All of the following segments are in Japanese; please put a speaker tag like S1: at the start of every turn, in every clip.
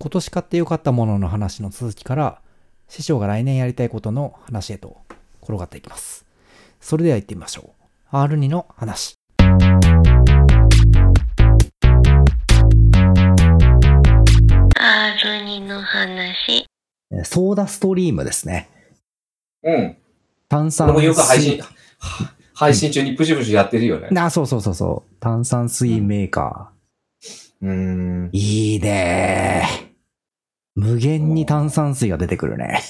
S1: 今年買ってよかったものの話の続きから、師匠が来年やりたいことの話へと転がっていきます。それでは行ってみましょう。R2 の話。
S2: R2 の話。
S1: えーソーダストリームですね。
S3: うん。
S1: 炭
S3: 俺
S1: 酸
S3: もよく配信
S1: 水、
S3: は配信中にプシュプシュやってるよね。
S1: あ、そうそうそうそう。炭酸水メーカ
S3: うーん
S1: ー。。いいねー無限に炭酸水が出てくるね。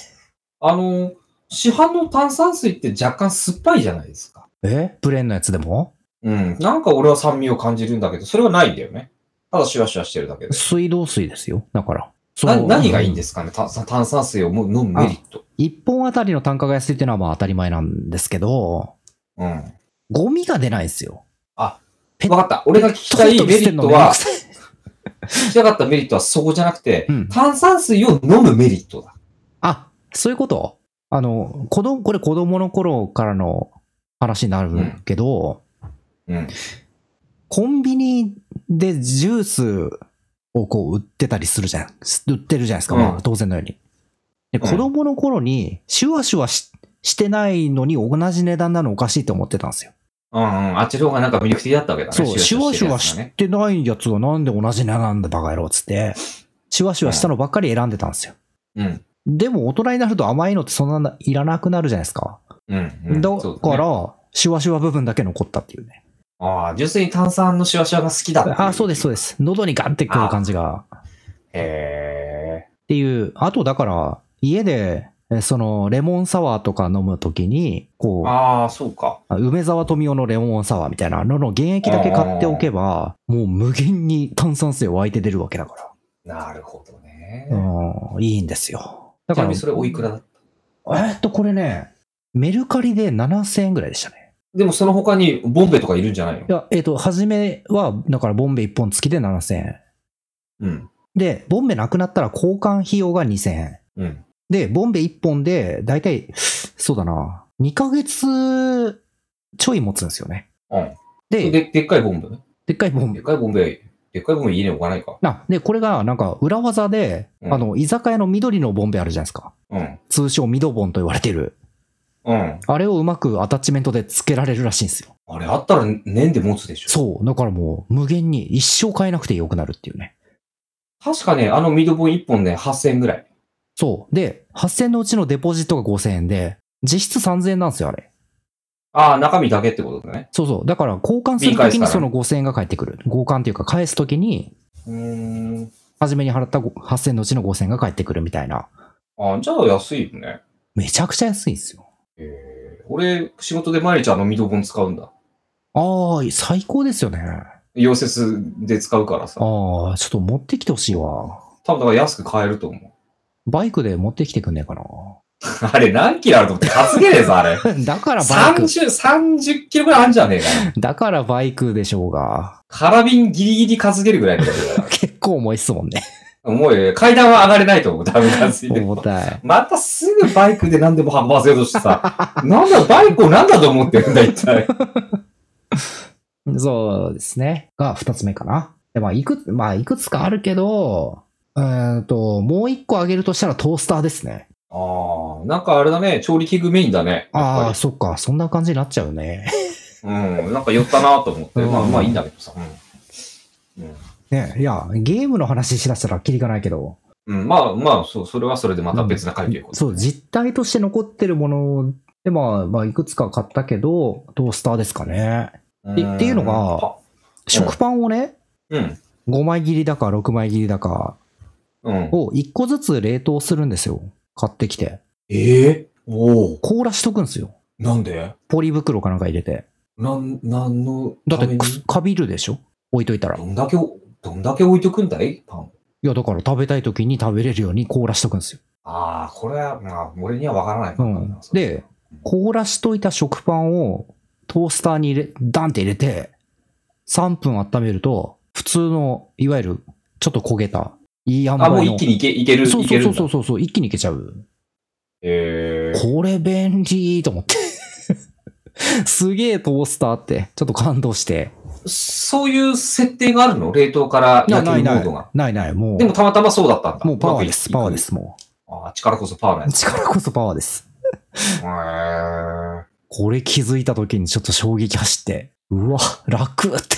S3: あの、市販の炭酸水って若干酸っぱいじゃないですか。
S1: えプレーンのやつでも
S3: うん。なんか俺は酸味を感じるんだけど、それはないんだよね。ただシュワシュワしてるだけで。
S1: 水道水ですよ。だから。
S3: な何がいいん
S1: す
S3: ですかね炭酸炭酸水をもう飲むメリット。
S1: 一本あたりの単価が安いっていうのはまあ当たり前なんですけど、
S3: うん。
S1: ゴミが出ないんですよ。
S3: わかった。俺が聞きたいメリットは、
S1: ちょっと捨てんのめんどくさい
S3: 聞きたかったメリットはそこじゃなくて、
S1: うん
S3: 炭酸水を飲むメリットだ。
S1: あ、そういうことあの、子供、これ子供の頃からの話になるけど、
S3: うん。
S1: コンビニでジュースをこう売ってたりするじゃん。売ってるじゃないですか。
S3: うん
S1: まあ当然のように。で、
S3: ん
S1: 子供の頃にシュワシュワししてないのに同じ値段なのおかしいと思ってたんですよ。
S3: うんうん。あっちの方がなんか魅力的だったわけだね。
S1: そう、シュワシュワ
S3: し
S1: して
S3: るやつ
S1: てないやつがなんで同じ値段なんだバカ野郎っつって、シュワシュワしたのばっかり選んでたんですよ。
S3: がね
S1: でも大人になると甘いのってそんなないらなくなるじゃないですか。
S3: うん。うん。うん
S1: だ
S3: そう
S1: か
S3: ね
S1: ら、シュワシュワ部分だけ残ったっていうね。
S3: ああ、純粋に炭酸のシュワシュワが好きだってい
S1: あ、そうです、そう
S3: う。
S1: です。喉にガンってくる感じが。っ
S3: へえ。
S1: ていう、あとだから、家で、えその、レモンサワーとか飲むときに、こう、
S3: ああ、そうか。
S1: 梅沢富美男のレモンサワーみたいなのの原液だけ買っておけば、もう無限に炭酸水湧いて出るわけだから。
S3: なるほどね。
S1: うん、いいんですよ。だ
S3: ち
S1: か
S3: な
S1: ら、
S3: みにそれおいくらだった
S1: えーっと、これね、メルカリで7000円ぐらいでしたね。
S3: でもその他にボンベとかいるんじゃないの
S1: いや、えーっと、初めは、だからボンベ1本付きで7000円。
S3: うん。
S1: で、ボンベなくなったら交換費用が2000円。
S3: うん。
S1: で、ボンベ1本で、だいたい、そうだな、2ヶ月ちょい持つんですよね。
S3: うん。
S1: で、で
S3: で、でっかいボンベね
S1: っかいボンベ
S3: でっ。かいボンベ、でっかいボンベ家に置かないか。
S1: あ、で、これが、なんか、裏技で、
S3: うん
S1: あの、居酒屋の緑のボンベあるじゃないですか。
S3: うん。
S1: 通称、ミドボンと言われてる。
S3: うん。
S1: あれをうまくアタッチメントで付けられるらしいんですよ。
S3: あれあったら年で持つでしょ。
S1: そう。だからもう、無限に一生買えなくてよくなるっていうね。
S3: 確かね、あのミドボン1本ね、8000円ぐらい。
S1: そう。で、8000のうちのデポジットが5000円で、実質3000円なんですよ、あれ。
S3: ああ、中身だけってことだね。
S1: そうそう。だから、交換するとき
S3: いい返すか
S1: に
S3: ら
S1: その5000円が返ってくる。交換っていうか、返すときに、
S3: うーん。
S1: 初めに払った8000のうちの5000円が返ってくるみたいな。
S3: ああ、じゃあ安いよね。
S1: めちゃくちゃ安いんですよ。
S3: ええ俺、仕事で毎日あのミドボン使うんだ。
S1: ああ、最高ですよね。
S3: 溶接で使うからさ。
S1: ああ、ちょっと持ってきてほしいわ。
S3: 多分だから安く買えると思う。
S1: バイクで持ってきてくんねえかな。
S3: あれ何キロあると思って担げねえぞ、あれ。
S1: だから バイク、
S3: 30、30キロぐらいあるんじゃねえかな。
S1: だからバイクでしょうが。
S3: カラビンギリギリ担げるぐらいの。
S1: 結構重いっすもんね。
S3: もうええ階段は上がれないと思う、多分担いで
S1: 重
S3: も。
S1: たい。
S3: またすぐバイクで何でも運ばせようとし てさ、なんだ、バイクを何だと思ってるんだ、一体。
S1: そうですね。が二つ目かな。でまあ、いくつ、まあ、いくつかあるけど、うーんと、もう一個あげるとしたらトースターですね。
S3: ああ、なんかあれだね、調理器具メインだね。
S1: あ
S3: や
S1: あ、
S3: っ
S1: そっか。そんな感じになっちゃうね。
S3: ぱり。うん、なんか寄ったなと思って。
S1: うん
S3: まあまあいいんだけどさ。うん。うん
S1: ねいや、ゲームの話しだしたらキリがないけど、
S3: うん、まあまあ、そう、それはそれでまた別な回ということで。
S1: そう、実体として残ってるもので、まあ、まあ、いくつか買ったけど、トースターですかね。
S3: うん
S1: っていうのが
S3: パ
S1: 食パンをね、
S3: うん。
S1: 5枚切りだか6枚切りだか
S3: うん。
S1: を1個ずつ冷凍するんですよ。買ってきて。
S3: ええおお。
S1: 凍らしとくんですよ。
S3: なんで
S1: ポリ袋かなんか入れて。
S3: なん、なんの
S1: だ
S3: た
S1: っ
S3: め
S1: て
S3: に
S1: くす、かびるでしょ置いといたら
S3: ど。んだけ、どんだけ置いとくんだいパン。
S1: いや、だから食べたい時に食べれるように凍らしとくんですよ。
S3: ああ、これは、まあ、俺にはわからないか
S1: う
S3: らな、
S1: ん。
S3: それ
S1: で、凍らしといた食パンをトースターに入れ、ダンって入れて、3分温めると、普通の、いわゆる、ちょっと焦げた、いい塩梅の
S3: あ、もう一気にいけいける、
S1: そう
S3: いける
S1: そ
S3: ん
S1: うそ
S3: だ
S1: う。そうそう、一気にいけちゃう。
S3: えー
S1: これ 便利と思って。すげえトースターって、ちょっと感動して。
S3: そういう設定があるの冷凍から
S1: いや
S3: 焼き
S1: ない
S3: のモ
S1: な
S3: ー
S1: い
S3: ドが。。
S1: ないない、も
S3: でもたまたまそうだったんだ。
S1: う、もうパワーです、
S3: うま
S1: パワ
S3: く
S1: ー
S3: い
S1: です、も
S3: あー力こそパワーなや
S1: う。
S3: つ。
S1: 力こそパワーです。
S3: へー
S1: これ気づいた時にちょっと衝撃走って、うわ、楽って。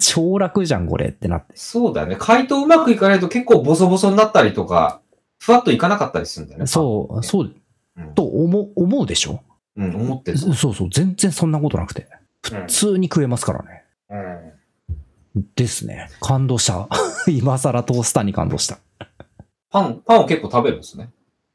S1: 超楽じゃん、これってなって。
S3: そうだよね。回答うまくいかないと結構ボソボソになったりとか、ふわっといかなかったりするんだよね。
S1: そう、そう、
S3: うん
S1: と思う、思うでしょ
S3: うん、思ってる。
S1: そうそう、全然そんなことなくて。
S3: うん
S1: 普通に食えますからね。
S3: うん
S1: ですね。感動した。 今更トースターに感動した。
S3: パン、パンを結構食べるんですね。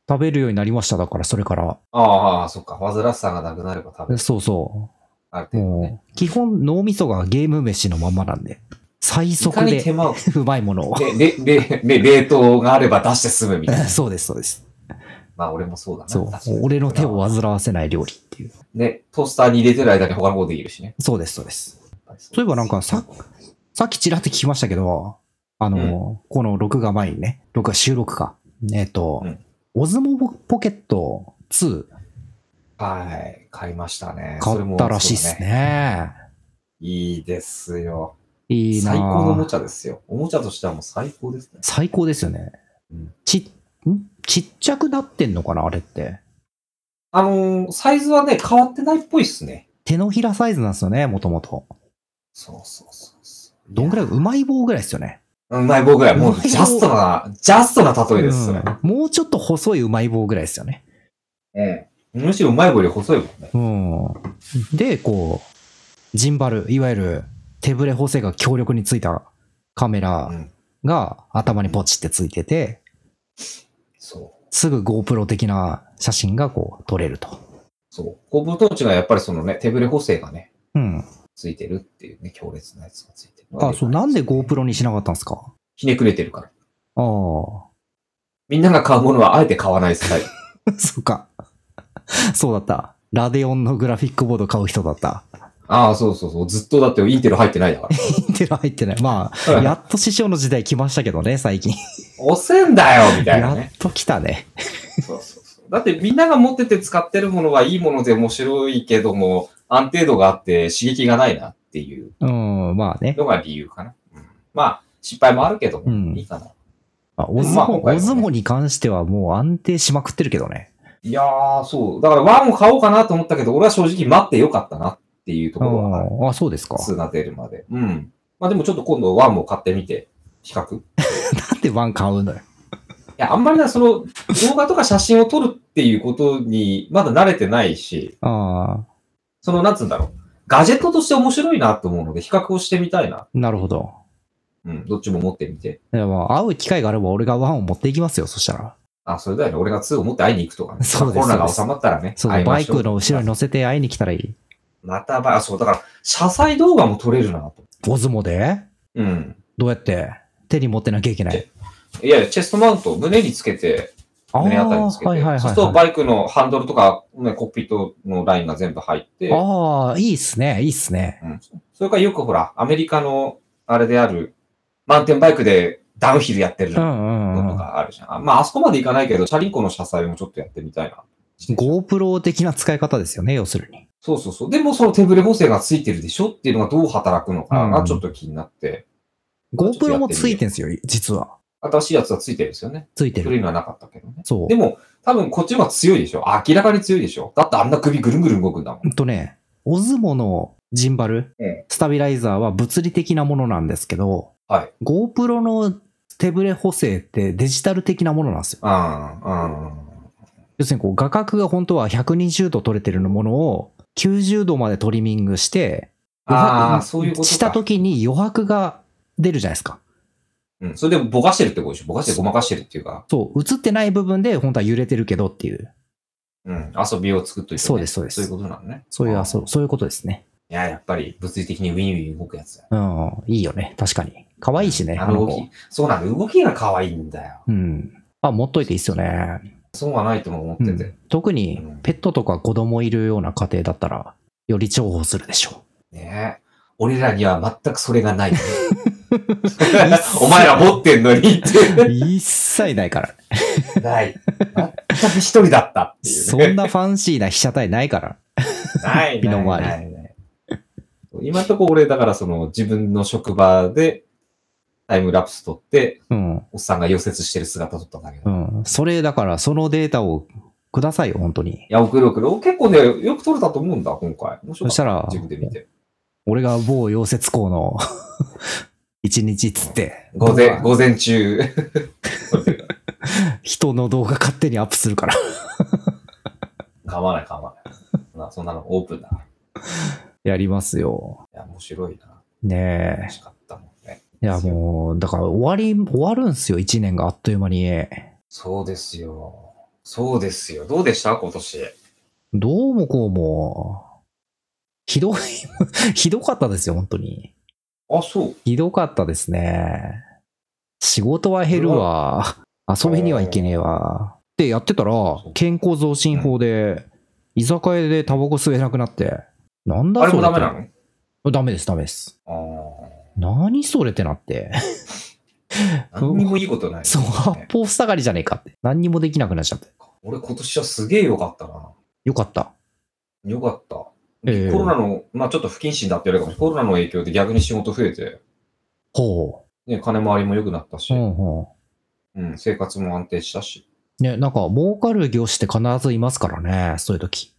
S1: 食べるようになりました。だから、それから。
S3: ああ、そっか。煩わしさがなくなれば食べる。
S1: そうそ
S3: ある
S1: う。
S3: 程度ね。
S1: もう、基本脳みそがゲーム飯のまんまなんで、最
S3: い
S1: 速
S3: かに手
S1: で
S3: 間を、
S1: うまいものを。
S3: で、で、 で、で冷凍があれば出して済むみたいな。
S1: そうです、そうです。
S3: まあ、俺もそうだな。
S1: そ
S3: 確か
S1: う
S3: に。
S1: 俺の手を煩わせない料理っていう。
S3: ね、トースターに入れてる間に他のことできるしね。
S1: そうです、そうです。
S3: そ
S1: そういえばなんかささっきちらって聞きましたけど、あの、
S3: う
S1: この録画前にね、録画収録か。えっ、と、
S3: うん
S1: オズモポケット2
S3: はい、買いましたね。
S1: 買
S3: それも
S1: ったらしいです
S3: そうだ
S1: ね。
S3: いいですよ。
S1: いいなぁ
S3: 最高のおもちゃですよ。おもちゃとしてはもう最高ですね。
S1: 最高ですよね
S3: うん。
S1: ち、んちっちゃくなってんのかなあれって。
S3: あのーサイズはね、変わってないっぽいっすね。
S1: 手のひらサイズなんですよね、もともと。
S3: そうそうそうそう。
S1: どんぐらい
S3: いう
S1: まい棒ぐらいですよね。
S3: やうまい棒ぐらい。もう
S1: うまい棒
S3: ジャストな、ジャストな例えです、それ。
S1: うんもうちょっと細いうまい棒ぐらいですよね。
S3: うん。むしろうまい棒より細いもんね。
S1: うん。で、こう、ジンバル、いわゆる手ブレ補正が強力についたカメ
S3: う
S1: ラ
S3: ん。
S1: が頭にポチってついてて、
S3: そう。
S1: すぐ GoPro 的な写真がこう撮れると。
S3: そう。後部トーチがやっぱりそのね、手ぶれ補正がね、
S1: うん。
S3: ついてるっていうね、強烈なやつがついてる。
S1: あ、そう、なんで GoPro にしなかったんですか
S3: ひねくれてるから。
S1: ああ。
S3: みんなが買うものはあえて買わないスタイル。
S1: そっか。 そうだった。ラデオンのグラフィックボード買う人だった。
S3: ああ、そうそうそう。ずっとだってインテル入ってないだか
S1: インテル入って ない。ま あ、
S3: ら。
S1: やっと師匠の時代来ましたけどね、最近。
S3: 押せんだよみたい
S1: や
S3: なね。
S1: っと来たね。
S3: そうそうそう。だってみんなが持ってて使ってるものはいいもので面白いけども、安定度があって刺激がないなっていう
S1: うん、まあね。
S3: のが理由かな。うんまあ、失敗もあるけど
S1: う
S3: も、
S1: ん
S3: いいかな。
S1: まあ、オズ
S3: まあ
S1: モ、
S3: 今回は
S1: オ
S3: ね
S1: ズモに関してはもう安定しまくってるけどね。
S3: いやー、そう。だからワンを買おうかなと思ったけど、俺は正直待ってよかったなっていうところはある。
S1: ああ、そうですか。
S3: 数が出るまで。うん。まあでもちょっと今度ワンも買ってみて、比較。
S1: なんでワン買うのよ。
S3: いや、あんまりな、その、動画とか写真を撮るっていうことに、まだ慣れてないし、
S1: ああ、
S3: その、なんつうんだろう。ガジェットとして面白いなと思うので、比較をしてみたいな。
S1: なるほど。
S3: うん、どっちも持ってみて。
S1: いやまあ、会う機会があれば俺がワンを持っていきますよ、そしたら。
S3: あ、それだよね。俺が2を持って会いに行くとかね。
S1: そうです
S3: まあコロナが収まったらね。
S1: そう
S3: 会い
S1: バ
S3: ま
S1: イ
S3: しょう
S1: クの後ろに乗せて会いに来たらいい。
S3: またバイク、あそう、だから、車載動画も撮れるなと。
S1: オズモで
S3: うん。
S1: どうやって手に持ってなきゃいけない。
S3: いやいや、チェストマウントを胸につけて、
S1: ああ、
S3: 胸あたりにつけて。
S1: はいはい
S3: そうすると、
S1: はい。
S3: バイクのハンドルとか、ね、コックピットのラインが全部入って、
S1: ああ、いいっすね、いいっすね。
S3: それからよくほら、アメリカの、あれである、マウンテンバイクでダウンヒルやってる
S1: う
S3: の
S1: んうんうんう
S3: と
S1: ん。
S3: かあるじゃん。あまあ、あそこまでいかないけど、チャリンコの車載もちょっとやってみたいな。
S1: GoPro 的な使い方ですよね、要するに。
S3: そうそうそう。でも、その手ブレ補正がついてるでしょっていうのがどう働くのか
S1: う
S3: が
S1: ん
S3: ちょっと気になって、
S1: GoPro もついてんすよ、実は。
S3: 新しいやつはついてるんですよね。
S1: ついて
S3: 古
S1: る。
S3: いのはなかったけどね。
S1: そう
S3: で。も、多分こっちの方が強いでしょ明らかに強いでしょだってあんな首ぐるんぐるん動くんだもん
S1: う。んとね、オズモのジンバル、
S3: うん
S1: スタビライザーは物理的なものなんですけど、
S3: はい
S1: GoPro の手ブレ補正ってデジタル的なものなんですよ。
S3: うん、うん。
S1: 要するにこう画角が本当は120度取れてるものを90度までトリミングして、
S3: あ
S1: 余白
S3: あ、そういうことか。
S1: した時に余白が出るじゃないですか。
S3: うん。それでぼかしてるってことでしょぼかしてごまかしてるっていうか、
S1: そう、映ってない部分で本当は揺れてるけどっていう、
S3: うん。遊びを作っといて、ね。
S1: そうですそうです
S3: そういうことなのね。
S1: そういう、
S3: あー
S1: そうそういうことですね。
S3: いや、やっぱり物理的にウィンウィン動くやつだよ。
S1: うん、いいよね。確かに。可愛いしね、
S3: あの動
S1: 子
S3: き。そうなんだ。動きが可愛いんだよ。
S1: うん。あ、持っといていいっすよね。
S3: 損はないとも思ってて。
S1: 特に
S3: うん
S1: ペットとか子供いるような家庭だったら、より重宝するでしょ
S3: ねえ。俺らには全くそれが ない。 お前ら持ってんの にっ
S1: う。一切ないから。
S3: て。ない。全く一人だったっていう、ね。
S1: そんなファンシーな被写体ないから。
S3: ないない
S1: 身の回り
S3: ないない今んとこ俺、だからその自分の職場でタイムラプス撮って、
S1: うん。
S3: おっさんが溶接してる姿撮ったんだけど。
S1: う
S3: い
S1: ん。それ、だから、そのデータをくださいよ、本当に。
S3: や、送る送る。お結構ね、よく撮れたと思うんだ、今回。面白
S1: そ
S3: かっ
S1: した
S3: た。
S1: ら、
S3: 自分で見て。
S1: 俺が某溶接工の 一日っつって、
S3: 午前、
S1: 動画
S3: 午前中。
S1: 人の動画勝手にアップするから。い
S3: 構わない、構わない。そんなそんなのオープンだから。い
S1: やりますよ。
S3: や、面白いな。
S1: ね
S3: 楽しかったもんね。
S1: え。いや、もう、だから終わり、終わるんすよ、一年があっという間に。
S3: そうですよ。そうですよ。どうでした今年。
S1: どうもこうも、ひどい、 ひどかったですよ、本当に。
S3: あ、そう。
S1: ひどかったですね。仕事は減るわ。遊びには行けねえわ。ってやってたら、健康増進法で、居酒屋でタバコ吸えなくなって、なんだ
S3: あれも
S1: それ
S3: ダ
S1: っ
S3: メ
S1: て
S3: なの
S1: ダメです、ダメです。
S3: あ
S1: 何それってなって。
S3: あ。何にもいいことない、
S1: そう、八方塞がりじゃねえかって。何にもできなくなっちゃって。
S3: 俺今年はすげえ良かったな。
S1: よかった。
S3: 良かった。
S1: ええ
S3: コロナの、まあちょっと不謹慎だって言われるかもしれない。コロナの影響で逆に仕事増えて、
S1: ほ
S3: ね、金回りも良くなったし、
S1: う。う
S3: うん、
S1: んうん。
S3: 生活も安定したし。
S1: ね、なんか、儲かる業種って必ずいますからね、そういう時。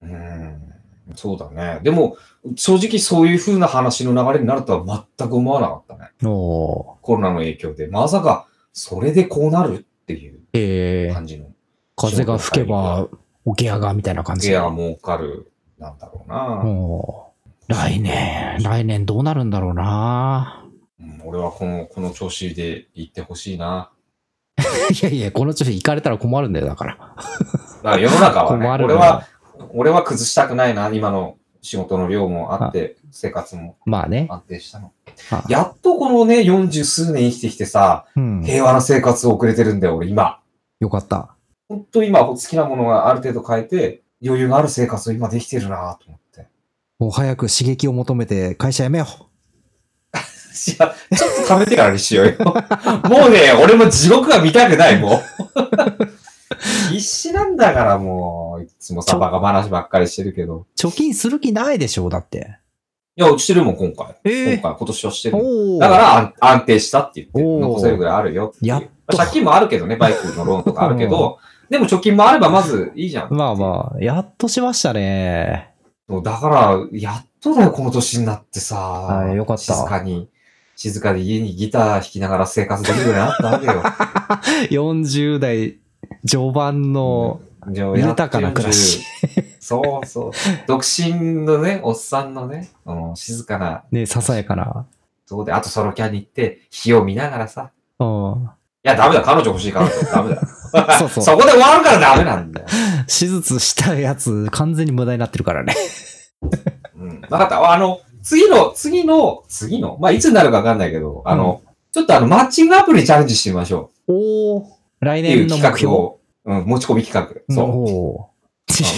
S3: うん。そうだね。でも、正直そういう風な話の流れになるとは全く思わなかったね。
S1: おー
S3: コロナの影響で。まさか、それでこうなるっていう
S1: ええ
S3: 感じの。
S1: 風が吹けば、桶屋が、みたいな感じ。
S3: ケア儲かる、なんだろうな。
S1: もう、来年、来年どうなるんだろうな
S3: うん俺はこの、この調子で行ってほしいな。
S1: いやいや、この調子行かれたら困るんだよ、だから。
S3: だから世の中は、ね、
S1: 困る
S3: 俺は、俺は崩したくないな。今の仕事の量もあって、生活も
S1: まあね。
S3: 安定したの
S1: あ。
S3: やっとこのね、40数年生きてきてさ、
S1: うん。
S3: 平和な生活を送れてるんだよ、俺今。
S1: よかった。
S3: ほんと今、好きなものがある程度変えて、余裕がある生活を今できてるなと思って。
S1: もう早く刺激を求めて会社辞めよう。
S3: いや、ちょっと食べてからにしようよ。 もうね、俺も地獄が見たくない、もう。 必死なんだから、もう、いつもさ、バカ話ばっかりしてるけど。
S1: 貯金する気ないでしょ、だって。
S3: いや、落ちてるもん、今回。
S1: ええ
S3: 今回、今年はしてるもん。
S1: おお。
S3: だから安安定したって言って、
S1: おー
S3: 残せるぐらいあるよっていう。
S1: やっと
S3: まあ借金もあるけどね、バイクのローンとかあるけど、でも貯金もあればまずいいじゃん。
S1: まあまあ、やっとしましたね。
S3: そうだから、やっとだよ、この年になってさ。
S1: いよかった
S3: 静かに、静かで家にギター弾きながら生活できるようになったわけよ。
S1: 40代序盤の、
S3: うんじゃ あ
S1: 豊かな暮らし。
S3: そうそう。独身のね、おっさんのね、うん静かな、
S1: ね、ささやかな。
S3: そうで、あとソロキャンに行って、火を見ながらさ、
S1: うん。。
S3: いや、ダメだ、彼女欲しいから、ダメ だ
S1: そうそう
S3: そこで終わるからダメなんだよ。
S1: 手術したやつ、完全に無駄になってるからね。
S3: うん。わかった。あの、次の、次の、次の、まあ、いつになるかわかんないけど、あの、ちょっとあの、マッチングアプリにチャレンジしてみましょ
S1: おお。来
S3: う。って
S1: 年
S3: いう
S1: の
S3: 企
S1: 目
S3: 画
S1: 標。
S3: を、うん、持ち込み企画。そう。
S1: お
S3: うん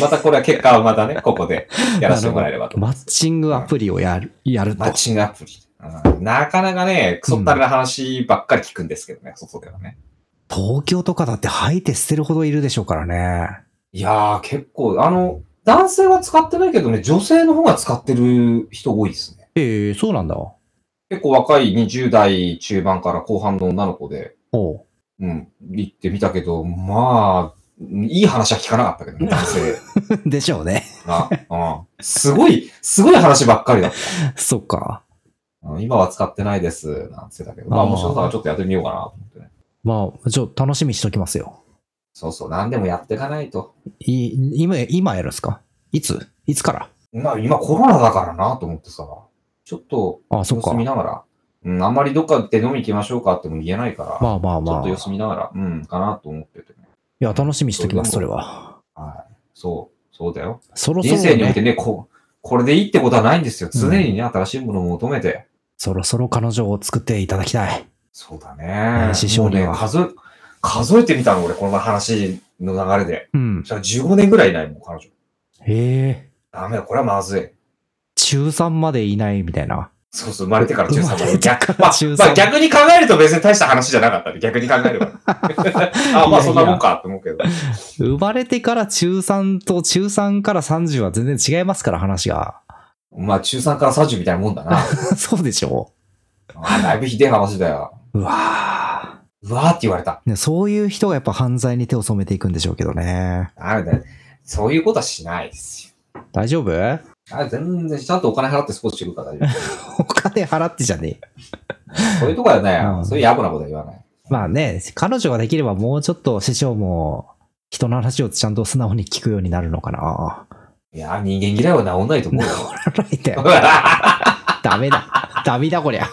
S3: またこれは結果はまたね、こ こでやらせてもらえればと
S1: ー。マッチングアプリをやる、やると
S3: マッ。チングアプリ。うんなかなかね、クソったれな話ばっかり聞くんですけどね、外ではね。
S1: 東京とかだって吐いて捨てるほどいるでしょうからね。
S3: いやー、結構、あの、男性は使ってないけどね、女性の方が使ってる人多いですね。
S1: ええそうなんだ。
S3: 結構若い20代中盤から後半の女の子で、
S1: お う
S3: うん、行ってみたけど、まあ、いい話は聞かなかったけどね、男性
S1: でしょうね。
S3: が。うん、すごい、すごい話ばっかりだった。
S1: そっか。
S3: うん今は使ってないです、なんつってたけど。まあ、
S1: あー
S3: もしかしたらちょっとやってみようかなと思ってね。
S1: まあ、ちょ、楽しみにしときますよ。
S3: そうそう、何でもやっていかないと。
S1: い、今、今やるんすかいついつから
S3: まあ、今コロナだからなと思ってさ、ちょっと
S1: ああ、そっ
S3: 様
S1: か
S3: 子。見ながら、うん、あんまりどっか行って飲み行きましょうかっても言えないから、
S1: まあまあ
S3: ちょ
S1: ま
S3: っ
S1: あ。
S3: と
S1: い
S3: 様子見ながら、うん、かなと思っててね。
S1: や、楽しみにしときます、そ
S3: そ
S1: れ
S3: れ
S1: は。
S3: はい。そう、そうだよ。
S1: そろそろ、
S3: 人生において
S1: ね、
S3: ね、こう、これでいいってことはないんですよ。常にね、新しいものを求めて。
S1: そろそろ彼女を作っていただきたい。
S3: そうだね。
S1: 師匠には
S3: もうね、数え、数えてみたの、俺、この話の流れで。
S1: うん
S3: そ。したら15年ぐらいいないもん、彼女。
S1: ええ
S3: ダメだ、これはまずい。
S1: 中3までいないみたいな。
S3: そうそう、生まれてから13
S1: 生まれてから
S3: 逆まあ
S1: 13
S3: まあ、逆に考えると別に大した話じゃなかったね。逆に考えれ ば。あ、まあそんなもんかって思うけど。
S1: 生まれてから中3と中3から30は全然違いますから、話が。
S3: まあ、中3から30みたいなもんだな。
S1: そうでしょ
S3: あだいぶひでえ話だよ。
S1: うわ
S3: うわーって言われた。
S1: ーねそういう人がやっぱ犯罪に手を染めていくんでしょうけどね。
S3: あれだよ。そういうことはしないです
S1: 大丈夫
S3: よ。あれ全然、ちゃんとお金払ってスポーツしてくるから大丈夫。
S1: お金払ってじゃねえ。
S3: そういうとこはね、
S1: うん
S3: そういう野暮なことは言わない。
S1: まあね、彼女ができればもうちょっと師匠も人の話をちゃんと素直に聞くようになるのかな。
S3: いやー、人間嫌いは治んないと思うよ。
S1: 治らないんだよ。ダメだ。ダメだこりゃ。